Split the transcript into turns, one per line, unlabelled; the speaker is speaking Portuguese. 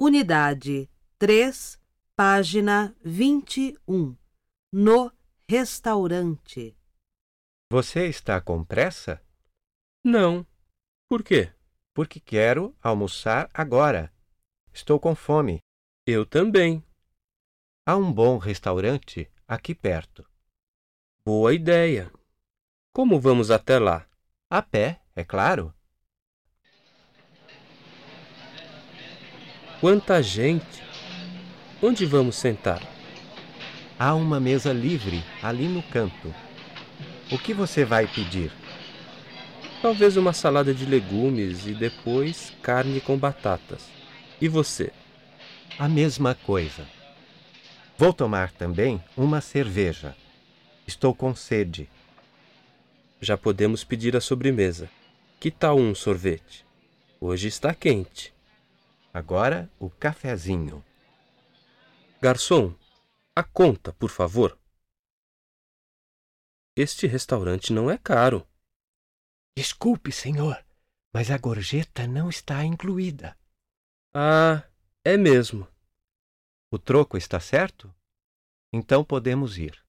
Unidade 3, página 21. No restaurante.
Você está com pressa?
Não. Por quê?
Porque quero almoçar agora. Estou com fome.
Eu também.
Há um bom restaurante aqui perto.
Boa ideia. Como vamos até lá?
A pé, é claro.
Quanta gente! Onde vamos sentar?
Há uma mesa livre ali no canto. O que você vai pedir?
Talvez uma salada de legumes e depois carne com batatas. E você?
A mesma coisa. Vou tomar também uma cerveja. Estou com sede.
Já podemos pedir a sobremesa. Que tal um sorvete? Hoje está quente.
Agora o cafezinho.
Garçom, a conta, por favor. Este restaurante não é caro.
Desculpe, senhor, mas a gorjeta não está incluída.
Ah, é mesmo.
O troco está certo? Então podemos ir.